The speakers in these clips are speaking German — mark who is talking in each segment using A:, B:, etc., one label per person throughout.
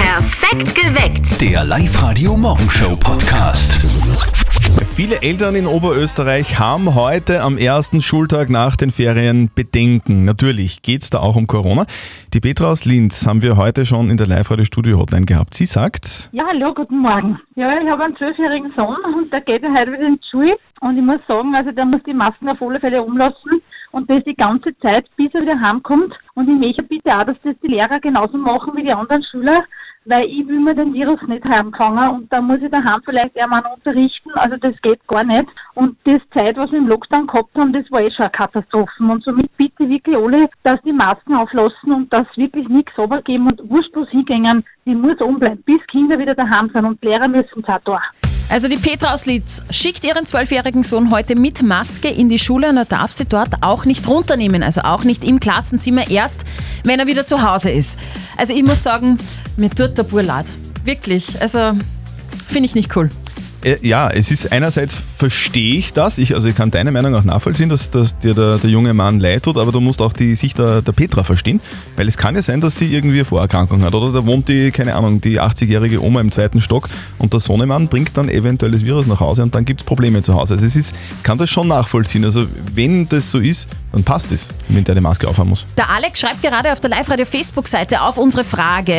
A: Perfekt geweckt.
B: Der Live-Radio Morgenshow Podcast.
C: Viele Eltern in Oberösterreich haben heute am ersten Schultag nach den Ferien Bedenken. Natürlich geht es da auch um Corona. Die Petra aus Linz haben wir heute schon in der Live-Radio-Studio-Hotline gehabt. Sie sagt,
D: Ja, hallo, guten Morgen. Ja, ich habe einen zwölfjährigen Sohn und der geht ja heute wieder in die Schule. Und ich muss sagen, also der muss die Masken auf alle Fälle umlassen. Und das die ganze Zeit, bis er wieder heimkommt. Und ich möchte bitte auch, dass das die Lehrer genauso machen wie die anderen Schüler, weil ich will mir den Virus nicht heimfangen und da muss ich daheim vielleicht einmal unterrichten. Also das geht gar nicht. Und das Zeit, was wir im Lockdown gehabt haben, das war eh schon eine Katastrophe. Und somit bitte wirklich alle, dass die Masken auflassen und dass wirklich nichts runtergeben und wurscht was hingängen. Die muss umbleiben, bis Kinder wieder daheim sind und Lehrer müssen es auch da.
E: Also die Petra aus Litz schickt ihren zwölfjährigen Sohn heute mit Maske in die Schule und er darf sie dort auch nicht runternehmen, also auch nicht im Klassenzimmer, erst wenn er wieder zu Hause ist. Also ich muss sagen, mir tut der Bur leid. Wirklich, also finde ich nicht cool.
C: äh, ja, es ist einerseits verstehe ich das, ich, also ich kann deine Meinung auch nachvollziehen, dass, dass dir der, der junge Mann leid tut, aber du musst auch die Sicht der, der Petra verstehen, weil es kann ja sein, dass die irgendwie eine Vorerkrankung hat oder da wohnt die, keine Ahnung, die 80-jährige Oma im zweiten Stock und der Sohnemann bringt dann eventuell das Virus nach Hause und dann gibt es Probleme zu Hause. Also es ist, kann das schon nachvollziehen, also wenn das so ist, dann passt es, wenn der eine Maske aufhaben muss.
E: Der Alex schreibt gerade auf der Live-Radio-Facebook-Seite auf unsere Frage,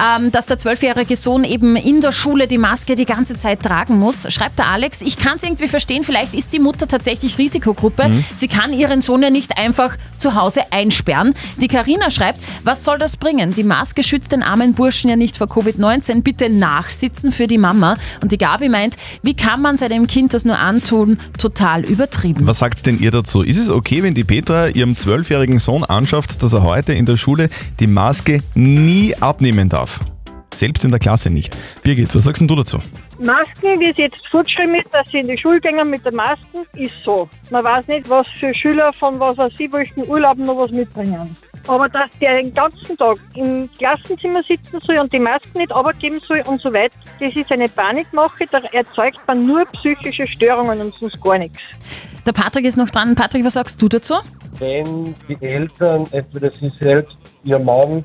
E: ähm, dass der zwölfjährige Sohn eben in der Schule die Maske die ganze Zeit tragen muss. Schreibt der Alex, ich kann es irgendwie verstehen, vielleicht ist die Mutter tatsächlich Risikogruppe. Sie kann ihren Sohn ja nicht einfach zu Hause einsperren. Die Karina schreibt, was soll das bringen? Die Maske schützt den armen Burschen ja nicht vor Covid-19. Bitte nachsitzen für die Mama. Und die Gabi meint, wie kann man seinem Kind das nur antun? Total übertrieben.
C: Was sagt denn ihr dazu? Ist es okay, wenn die Petra ihrem zwölfjährigen Sohn anschafft, dass er heute in der Schule die Maske nie abnehmen darf? Selbst in der Klasse nicht. Birgit, was sagst denn du dazu?
F: Masken, wie es jetzt vorgeschrieben ist, dass sie in die Schule gehen mit den Masken, ist so. Man weiß nicht, was für Schüler von was aus sie wollten Urlaub noch was mitbringen. Aber dass der den ganzen Tag im Klassenzimmer sitzen soll und die Masken nicht abgeben soll und so weiter, das ist eine Panikmache, da erzeugt man nur psychische Störungen und sonst gar nichts.
E: Der Patrick ist noch dran. Patrick, was sagst du dazu?
G: wenn die Eltern, entweder sie selbst, ihr Mann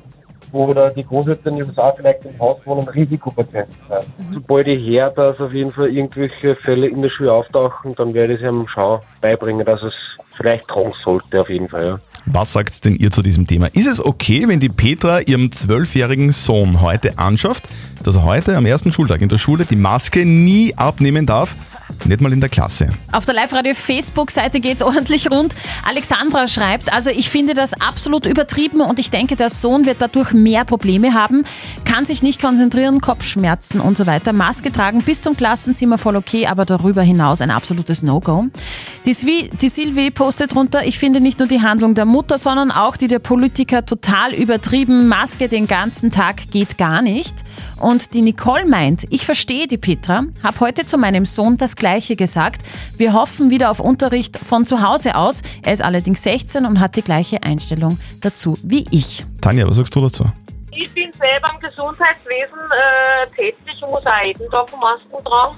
G: oder die Großeltern, die auch vielleicht im Haus wohnen, Risikopatienten sind. Mhm. Sobald ich her, dass auf jeden Fall irgendwelche Fälle in der Schule auftauchen, dann werde ich es einem Schau beibringen, dass es vielleicht tragen sollte, auf jeden Fall. Ja.
C: Was sagt denn ihr zu diesem Thema? Ist es okay, wenn die Petra ihrem zwölfjährigen Sohn heute anschafft, dass er heute am ersten Schultag in der Schule die Maske nie abnehmen darf? Nicht mal in der Klasse.
E: Auf der Live-Radio-Facebook-Seite geht's ordentlich rund. Alexandra schreibt, also ich finde das absolut übertrieben und ich denke, der Sohn wird dadurch mehr Probleme haben, kann sich nicht konzentrieren, Kopfschmerzen und so weiter. Maske tragen bis zum Klassenzimmer voll okay, aber darüber hinaus ein absolutes No-Go. Die, Svi- die Sylvie postet runter, ich finde nicht nur die Handlung der Mutter, sondern auch die der Politiker total übertrieben. Maske den ganzen Tag geht gar nicht. Und die Nicole meint, ich verstehe die Petra, habe heute zu meinem Sohn das Gleiche gesagt. Wir hoffen wieder auf Unterricht von zu Hause aus. Er ist allerdings 16 und hat die gleiche Einstellung dazu wie ich.
C: Tanja, was sagst du dazu?
H: Ich bin selber im Gesundheitswesen äh, tätig und muss auch jeden Tag Masken tragen.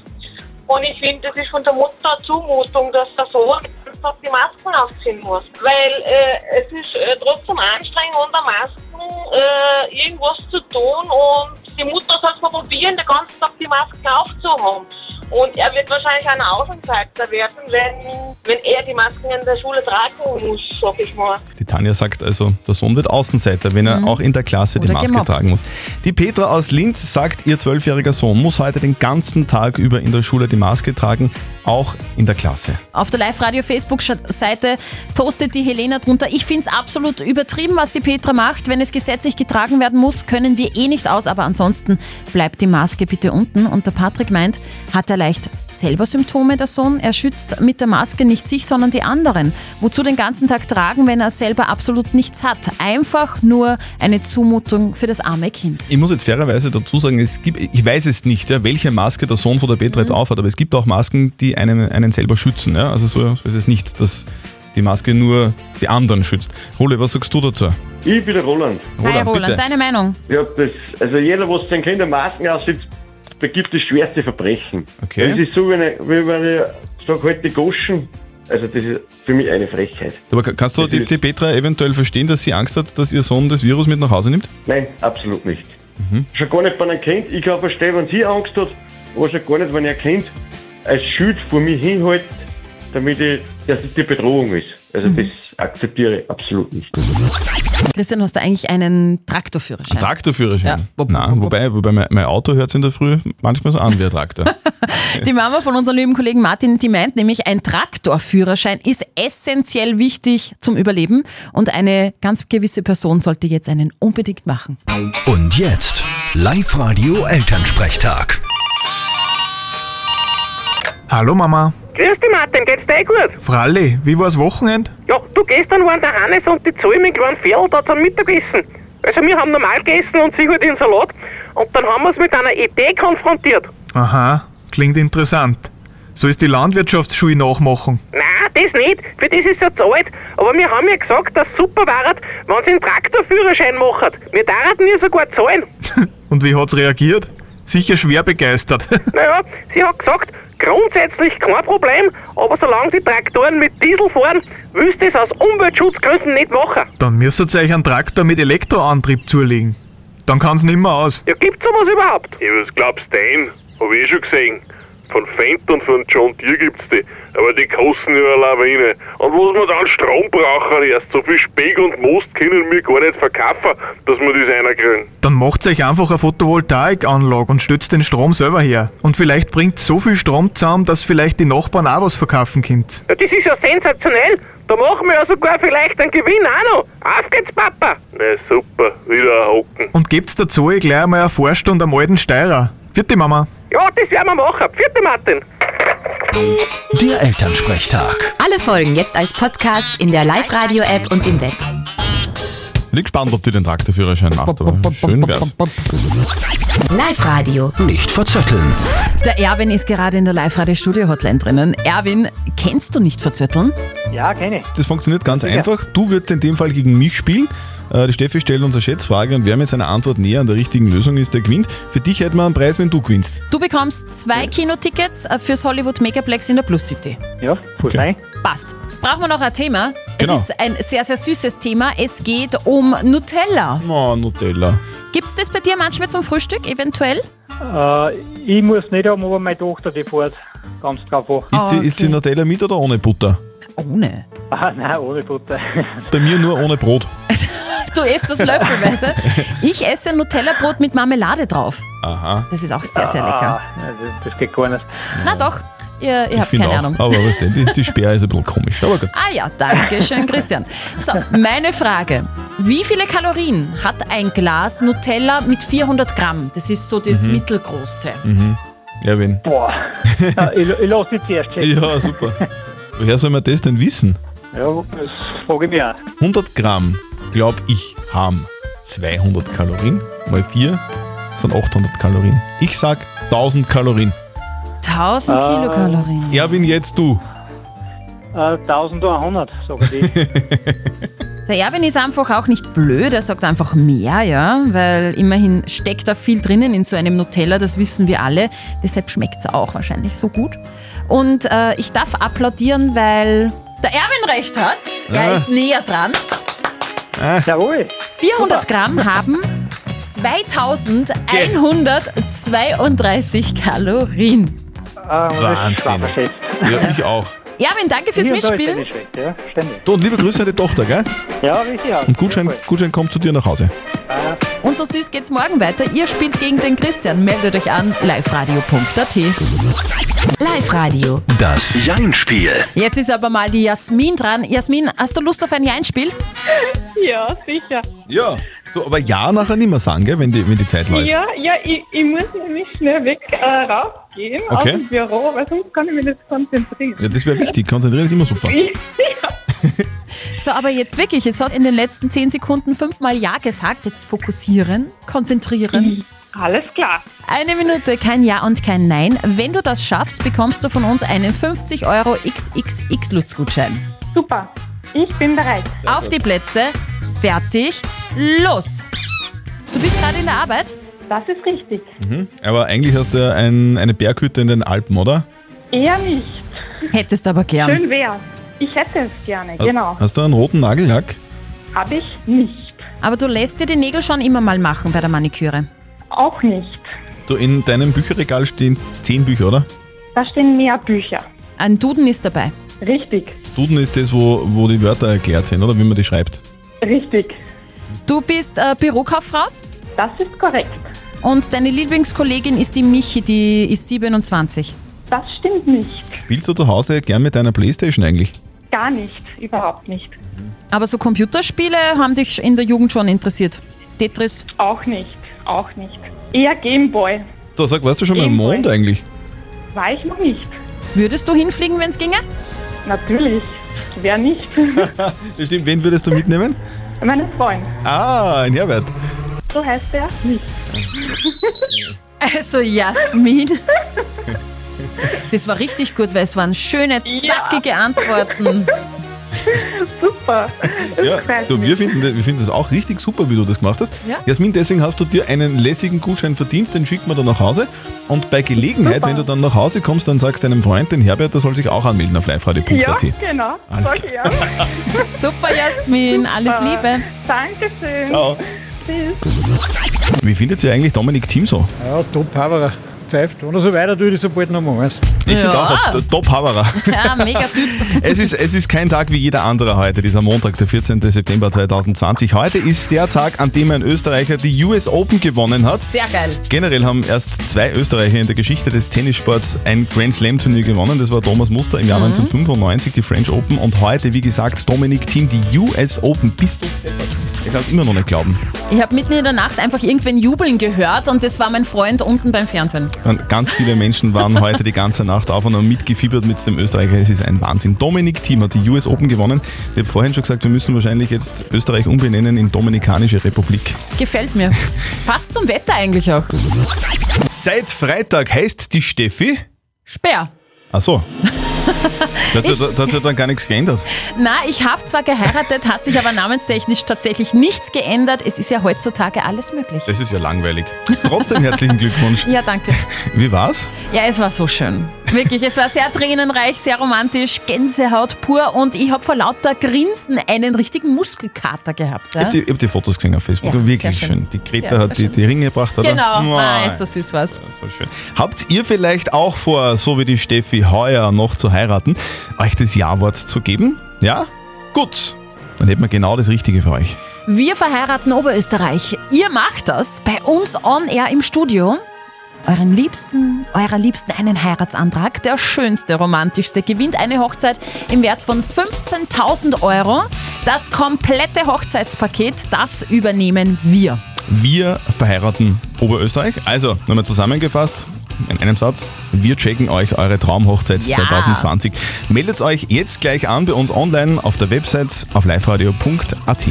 H: Und ich finde, das ist von der Mutter eine Zumutung, dass der Sohn ernsthaft die Masken aufziehen muss. Weil äh, es ist äh, trotzdem anstrengend, unter Masken äh, irgendwas zu tun. Und die Mutter soll es mal probieren, den ganzen Tag die Masken aufzuhaben. Und er wird wahrscheinlich ein Außenseiter werden, wenn, wenn er die Masken in der Schule tragen muss, sag ich mal.
C: Die Tanja sagt also, der Sohn wird Außenseiter, wenn er auch in der Klasse die
E: Mhm. Oder
C: Maske
E: gemobbt.
C: tragen muss. Die Petra aus Linz sagt, ihr zwölfjähriger Sohn muss heute den ganzen Tag über in der Schule die Maske tragen, auch in der Klasse.
E: Auf der Live-Radio-Facebook-Seite postet die Helena drunter, ich finde es absolut übertrieben, was die Petra macht. Wenn es gesetzlich getragen werden muss, können wir eh nicht aus, aber ansonsten bleibt die Maske bitte unten. Und der Patrick meint, hat er leicht selber Symptome, der Sohn? Er schützt mit der Maske nicht sich, sondern die anderen. Wozu den ganzen Tag tragen, wenn er selber absolut nichts hat? Einfach nur eine Zumutung für das arme Kind.
C: Ich muss jetzt fairerweise dazu sagen, es gibt, ich weiß es nicht, ja, welche Maske der Sohn von der Petra jetzt
E: Mhm.
C: aufhat, aber es gibt auch Masken, die einen, einen selber schützen. Ja? Also so, so ist es nicht, dass die Maske nur die anderen schützt. Role, was sagst du dazu?
I: Ich bin der Roland.
E: Hi Roland,
C: bitte.
E: deine Meinung?
I: Ich hab das, also jeder, was seinen Kindern Masken aussitzt, begibt das schwerste Verbrechen.
C: Okay.
I: Das ist so, wenn ich, wie wenn ich sage, halt die Goschen. Also das ist für mich eine Frechheit.
C: Aber ka- kannst du die, die Petra eventuell verstehen, dass sie Angst hat, dass ihr Sohn das Virus mit nach Hause nimmt?
I: Nein, absolut nicht. Schon gar nicht bei einem Kind. Ich kann verstehen, wenn sie Angst hat, aber schon gar nicht, wenn ihr Kind als Schild vor mir hinhält, damit ich, dass es die Bedrohung ist. Also das akzeptiere ich absolut nicht.
E: Christian, hast du eigentlich einen Traktorführerschein?
C: Traktorführerschein.
E: Ja.
C: Ja. Nein, wobei, wobei mein, mein Auto hört es in der Früh manchmal so an wie ein Traktor.
E: Die Mama von unserem lieben Kollegen Martin, die meint nämlich, ein Traktorführerschein ist essentiell wichtig zum Überleben und eine ganz gewisse Person sollte jetzt einen unbedingt machen.
B: Und jetzt Live-Radio Elternsprechtag.
A: Hallo Mama.
J: Grüß dich, Martin, geht's dir eh gut?
A: Fralli, wie war's Wochenend?
J: Ja, du, gestern waren der Hannes und die Zoe mit dem kleinen Pferdl da zum Mittagessen. Also, wir haben normal gegessen und sie halt den Salat. Und dann haben wir es mit einer Idee konfrontiert.
A: Aha, klingt interessant. So ist die Landwirtschaftsschule nachmachen.
J: Nein, das nicht, für das ist ja zu alt. Aber wir haben ja gesagt, dass super wäre, wenn sie einen Traktorführerschein machen. Wir dachten ihr sogar zahlen.
A: Und wie hat's reagiert? Sicher schwer begeistert.
J: Naja, sie hat gesagt, grundsätzlich kein Problem, aber solange die Traktoren mit Diesel fahren, willst du das aus Umweltschutzgründen nicht machen.
A: Dann müsstet ihr euch einen Traktor mit Elektroantrieb zulegen. Dann kann's nimmer aus.
J: Ja, gibt's sowas überhaupt?
K: Ja, was glaubst du denn? Hab ich eh schon gesehen. Von Fendt und von John Deere gibt's die, aber die kosten ja eine Lawine. Und was wir dann Strom brauchen erst, so viel Speck und Most können wir gar nicht verkaufen, dass wir das einer kriegen.
A: Dann macht euch einfach eine Photovoltaikanlage und stützt den Strom selber her. Und vielleicht bringt so viel Strom zusammen, dass vielleicht die Nachbarn auch was verkaufen könnt.
J: Ja, das ist ja sensationell. Da machen wir ja sogar vielleicht einen Gewinn auch noch. Auf geht's, Papa.
K: Na super, wieder ein Hocken.
A: Und gebt's dazu gleich einmal eine Vorstunde am alten Steirer. Vierte Mama.
J: Ja, das werden wir machen. Vierte Martin.
B: Der Elternsprechtag.
L: Alle Folgen jetzt als Podcast in der Live-Radio-App und im Web.
C: Bin gespannt, ob die den Traktorführerschein macht. Aber schön wär's.
L: Live-Radio.
B: Nicht verzetteln.
E: Der Erwin ist gerade in der Live-Radio-Studio-Hotline drinnen. Erwin, kennst du nicht verzötteln?
G: Ja, kenne ich.
C: Das funktioniert ganz einfach. Du würdest in dem Fall gegen mich spielen. Äh, Die Steffi stellt uns eine Schätzfrage und wer mit seiner Antwort näher an der richtigen Lösung ist, der gewinnt. Für dich hätten wir einen Preis, wenn du gewinnst.
E: Du bekommst zwei Kinotickets äh, fürs Hollywood Megaplex in der Plus City.
G: Ja, voll fein.
E: Passt. Jetzt brauchen wir noch ein Thema.
C: Genau.
E: Es ist ein sehr, sehr süßes Thema. Es geht um Nutella.
C: Oh, Nutella.
E: Gibt's das bei dir manchmal zum Frühstück, eventuell?
G: Äh, ich muss nicht haben, aber meine Tochter, die fährt ganz drauf an.
C: Ist, die,
A: Ah,
E: Okay.
C: ist die Nutella mit oder ohne Butter?
E: Ohne.
G: Ah, nein, ohne Butter.
C: Bei mir nur ohne Brot.
E: Du isst das löffelweise. Ich esse Nutella-Brot mit Marmelade drauf.
C: Aha.
E: Das ist auch sehr, sehr
G: Ah,
E: lecker.
G: das, das geht gar nicht.
E: Na doch, ihr, ihr habt
C: Finde
E: keine
C: auch.
E: Ahnung.
C: Aber was denn? Die, die Speer ist ein bisschen komisch. Aber gut.
E: Ah ja, danke schön, Christian. So, meine Frage. Wie viele Kalorien hat ein Glas Nutella mit 400 Gramm? Das ist so das mittelgroße.
C: Erwin.
G: Boah. Äh, ich ich lasse dich zuerst checken.
C: Ja, super. Woher soll man das denn wissen?
G: Ja, das frage ich mich auch.
C: 100 Gramm, glaube ich, haben 200 Kalorien. Mal 4 sind 800 Kalorien. Ich sag 1000 Kalorien.
E: 1000 Kilokalorien.
C: Erwin, jetzt du.
G: Äh, 1100, sage ich.
E: Der Erwin ist einfach auch nicht blöd, er sagt einfach mehr, ja, weil immerhin steckt da viel drinnen in so einem Nutella, das wissen wir alle. Deshalb schmeckt's auch wahrscheinlich so gut. Und äh, ich darf applaudieren, weil der Erwin recht hat. Er
C: Ah.
E: ist näher dran.
G: Jawohl.
E: 400 Gramm haben 2132 Kalorien.
G: Ah, das ist
C: Wahnsinn.
G: schwer verschätzt.
C: Ja, ich auch.
E: Erwin, danke fürs
G: Hier und da ist der
E: Mitspielen.
G: nicht schlecht, ja, ständig.
C: Du und liebe Grüße an die Tochter, gell?
G: Ja, richtig.
C: Und Gutschein, Gutschein kommt zu dir nach Hause.
E: Und so süß geht's morgen weiter. Ihr spielt gegen den Christian. Meldet euch an, liveradio.at.
L: Live-Radio.
B: Das Jein-Spiel.
E: Jetzt ist aber mal die Jasmin dran. Jasmin, hast du Lust auf ein Jeinspiel?
H: Ja, sicher.
C: Ja. Du, aber ja nachher nicht mehr sagen, gell, wenn die, wenn die Zeit läuft.
H: Ja, ja, ich, ich muss nämlich schnell weg äh, rausgehen aus
C: Okay.
H: dem Büro, weil sonst kann ich mich nicht konzentrieren.
C: Ja, das wäre wichtig. Konzentrieren ist immer super.
E: So, aber jetzt wirklich, es hat in den letzten 10 Sekunden fünfmal Ja gesagt. Jetzt fokussieren, konzentrieren.
H: Alles klar.
E: Eine Minute, kein Ja und kein Nein. Wenn du das schaffst, bekommst du von uns einen 50 Euro XXX-Lutz-Gutschein.
H: Super. Ich bin bereit.
E: Auf die Plätze, fertig, los! Du bist gerade in der Arbeit?
H: Das ist richtig.
C: Aber eigentlich hast du ja ein, eine Berghütte in den Alpen, oder?
H: Eher nicht.
E: Hättest aber gern.
H: Schön wär's. Ich hätte es gerne, genau.
C: Hast du einen roten Nagellack?
H: Habe ich nicht.
E: Aber du lässt dir die Nägel schon immer mal machen bei der Maniküre.
M: Auch nicht.
C: Du, in deinem Bücherregal stehen zehn Bücher, oder?
M: Da stehen mehr Bücher.
E: Ein Duden ist dabei.
M: Richtig,
C: Duden ist das, wo, wo die Wörter erklärt sind, oder wie man die schreibt.
M: richtig.
E: Du bist äh, Bürokauffrau?
M: Das ist korrekt.
E: Und deine Lieblingskollegin ist die Michi, die ist 27.
M: Das stimmt nicht.
C: Spielst du zu Hause gern mit deiner Playstation eigentlich?
M: Gar nicht, überhaupt nicht.
E: Aber so Computerspiele haben dich in der Jugend schon interessiert. Tetris?
M: Auch nicht, auch nicht. Eher Gameboy.
C: Da sag, warst du schon mal im Mond eigentlich?
M: War ich noch nicht.
E: Würdest du hinfliegen, wenn es ginge?
M: Natürlich. Wer nicht?
C: Ja, Stimmt, wen würdest du mitnehmen?
M: Meine Freund.
C: Ah, ein Herbert.
M: So heißt er nicht.
E: Also Jasmin. Das war richtig gut, weil es waren schöne, zackige Antworten.
M: Super.
C: Ja, du, wir, finden, das- wir finden das auch richtig super, wie du das gemacht hast.
M: ne? Ja.
C: Jasmin, deswegen hast du dir einen lässigen Gutschein verdient, den schickt man dann nach Hause. Und bei Gelegenheit, wenn du dann nach Hause kommst, dann sagst deinem Freund, den Herbert, der soll sich auch anmelden auf livefreude.at.
M: genau.
C: Alles
M: Sag ja.
E: Super, Jasmin. Alles
M: Super.
E: Liebe.
M: Dankeschön.
C: Ciao.
M: Tschüss.
C: Wie findet ihr eigentlich Dominik Thiem so?
N: Ja, top Haberer. Pfeift. Wenn er so weiter tut, ist er bald Nummer eins.
C: Ich finde auch ein Top-Haberer.
E: Ja, mega Typ.
C: Es ist, es ist kein Tag wie jeder andere heute, dieser Montag, der 14. September 2020. Heute ist der Tag, an dem ein Österreicher die US Open gewonnen hat.
E: Sehr geil.
C: Generell haben erst zwei Österreicher in der Geschichte des Tennissports ein Grand Slam Turnier gewonnen. Das war Thomas Muster im Jahr
E: Mhm.
C: 1995, die French Open. Und heute, wie gesagt, Dominik Thiem, die US Open. Bist du deppert? Ich kann es immer noch nicht glauben.
E: Ich habe mitten in der Nacht einfach irgendwen jubeln gehört und das war mein Freund unten beim Fernsehen.
C: Und Ganz viele Menschen waren heute die ganze Nacht auf und haben mitgefiebert mit dem Österreicher. Es ist ein Wahnsinn. Dominik Thiem hat die US Open gewonnen. Ich habe vorhin schon gesagt, wir müssen wahrscheinlich jetzt Österreich umbenennen in Dominikanische Republik.
E: Gefällt mir. Passt zum Wetter eigentlich auch.
C: Seit Freitag heißt die Steffi.
E: Sperr.
C: Ach so. Da hat sich- da hat sich dann gar nichts geändert.
E: Na, ich habe zwar geheiratet, hat sich aber namenstechnisch tatsächlich nichts geändert. Es ist ja heutzutage alles möglich.
C: Das ist ja langweilig. Trotzdem herzlichen Glückwunsch.
E: Ja, danke.
C: Wie war's?
E: Ja, es war so schön. Wirklich, es war sehr tränenreich, sehr romantisch, Gänsehaut pur und ich habe vor lauter Grinsen einen richtigen Muskelkater gehabt.
C: Ich
E: Ja?
C: hab, die, ich hab die Fotos gesehen auf Facebook.
E: Ja, sehr
C: Wirklich
E: schön.
C: schön. Die Greta
E: Sehr, sehr
C: hat die, die Ringe gebracht, oder?
E: Genau,
C: Mua.
E: ah, ist so süß was.
C: So schön. Habt ihr vielleicht auch vor, so wie die Steffi heuer noch zu heiraten, euch das Ja-Wort zu geben? Ja? Gut. Dann hätten wir genau das Richtige für euch.
E: Wir verheiraten Oberösterreich. Ihr macht das bei uns on air im Studio. Euren Liebsten, eurer Liebsten einen Heiratsantrag. Der schönste, romantischste gewinnt eine Hochzeit im Wert von 15.000 Euro. Das komplette Hochzeitspaket, das übernehmen wir.
C: Wir verheiraten Oberösterreich. Also, nochmal zusammengefasst. In einem Satz, wir checken euch eure Traumhochzeit
E: Ja.
C: 2020. Meldet euch jetzt gleich an bei uns online auf der Website auf liveradio.at.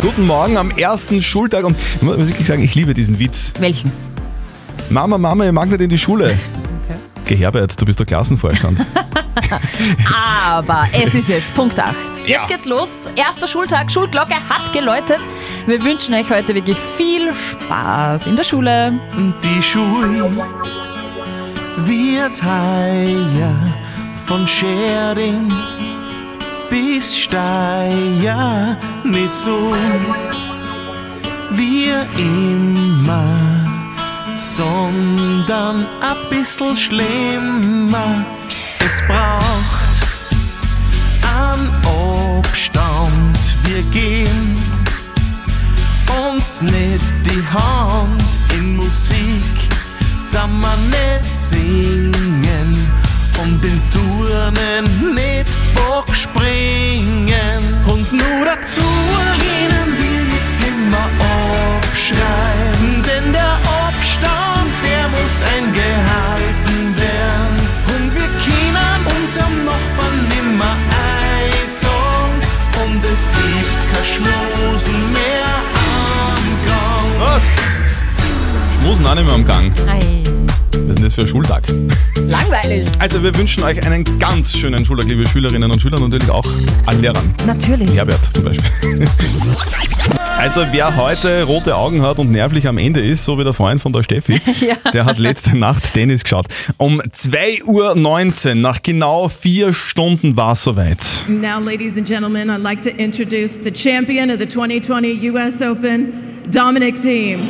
C: Guten Morgen am ersten Schultag und ich muss wirklich sagen, ich liebe diesen Witz.
E: Welchen?
C: Mama, Mama, ihr mag nicht in die Schule. Geh Herbert, du bist der Klassenvorstand.
E: Aber es ist jetzt Punkt 8. Jetzt
C: Ja.
E: geht's los. Erster Schultag, Schulglocke hat geläutet. Wir wünschen euch heute wirklich viel Spaß in der Schule.
O: Die Schule wird heuer von Schering bis Steyr nicht so wie immer, sondern ein bisschen schlimmer. Es braucht an Abstand, wir gehen uns nicht die Hand in Musik, da man nicht singen und den Turnen nicht Bock springen. Und nur dazu können wir jetzt nimmer abschreiben, denn der Abstand, der muss eingehalten werden. Und wir können unserem Nachbarn nimmer einsagen und es gibt kein Schmusen mehr am Gang.
C: Schmusen auch nicht mehr am Gang.
E: Ei.
C: Was ist denn das für ein Schultag?
E: Langweilig.
C: Also wir wünschen euch einen ganz schönen Schultag, liebe Schülerinnen und Schüler, und natürlich auch allen Lehrern.
E: Natürlich.
C: Herbert zum Beispiel. Also wer heute rote Augen hat und nervlich am Ende ist, so wie der Freund von der Steffi,
E: Ja.
C: der hat letzte Nacht Tennis geschaut. Um 2.19 Uhr, nach genau vier Stunden war es soweit.
P: Now, ladies and gentlemen, I'd like to introduce the champion of the 2020 U.S. Open, Dominic Thiem.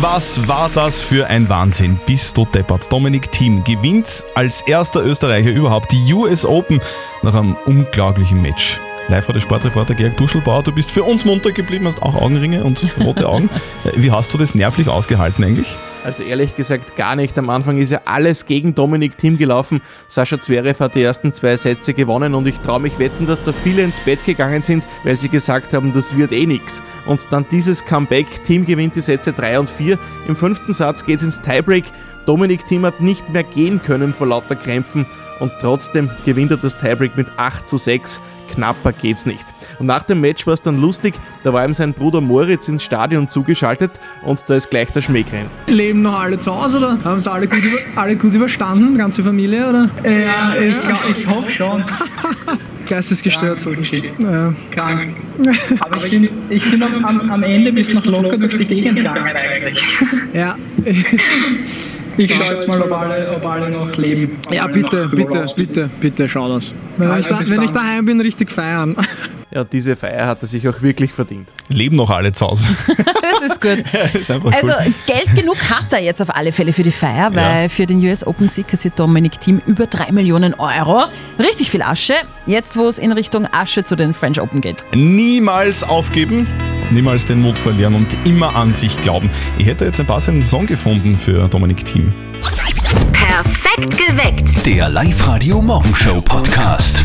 C: Was war das für ein Wahnsinn? Bist du deppert. Dominik Thiem gewinnt als erster Österreicher überhaupt die US Open nach einem unglaublichen Match. Live der Sportreporter Georg Duschelbauer, du bist für uns munter geblieben, hast auch Augenringe und rote Augen. Äh, Wie hast du das nervlich ausgehalten eigentlich?
G: Also ehrlich gesagt gar nicht. Am Anfang ist ja alles gegen Dominik Thiem gelaufen. Sascha Zverev hat die ersten zwei Sätze gewonnen und ich traue mich wetten, dass da viele ins Bett gegangen sind, weil sie gesagt haben, das wird eh nix. Und dann dieses Comeback. Thiem gewinnt die Sätze 3 und 4. Im fünften Satz geht's ins Tiebreak. Dominik Thiem hat nicht mehr gehen können vor lauter Krämpfen und trotzdem gewinnt er das Tiebreak mit 8 zu 6. Knapper geht's nicht. Und nach dem Match war es dann lustig, da war ihm sein Bruder Moritz ins Stadion zugeschaltet und da ist gleich der Schmäh gerannt.
D: Leben noch alle zu Hause oder haben es alle gut, über, alle gut überstanden, ganze Familie oder?
Q: Ja, ich glaub- ich hoffe
D: schon. Geistesgestört. Ja.
Q: Krank. Aber ich bin, ich bin am- am, am Ende bist noch locker durch die Gegend gegangen eigentlich.
D: Ja.
Q: Ich schaue jetzt mal, ob alle, ob alle noch leben. Ob
D: Ja,
Q: alle
D: bitte,
Q: noch
D: bitte,
Q: Corona
D: bitte, bitte, schau das. Wenn,
Q: Ja,
D: ich, da,
Q: bis
D: wenn ich
Q: dann.
D: daheim bin, richtig feiern.
G: Ja, Genau diese Feier hat er sich auch wirklich verdient.
C: Leben noch alle zu Hause.
E: Das ist gut.
C: ist einfach
E: Also
C: cool.
E: Geld genug hat er jetzt auf alle Fälle für die Feier, weil für den US Open Sieg kassiert Dominik Thiem über 3 Millionen Euro. Richtig viel Asche. Jetzt, wo es in Richtung Asche zu den French Open geht.
C: Niemals aufgeben, niemals den Mut verlieren und immer an sich glauben. Ich hätte jetzt einen passenden Song gefunden für Dominik Thiem.
A: Perfekt geweckt.
O: Der Live-Radio Morgenshow Podcast.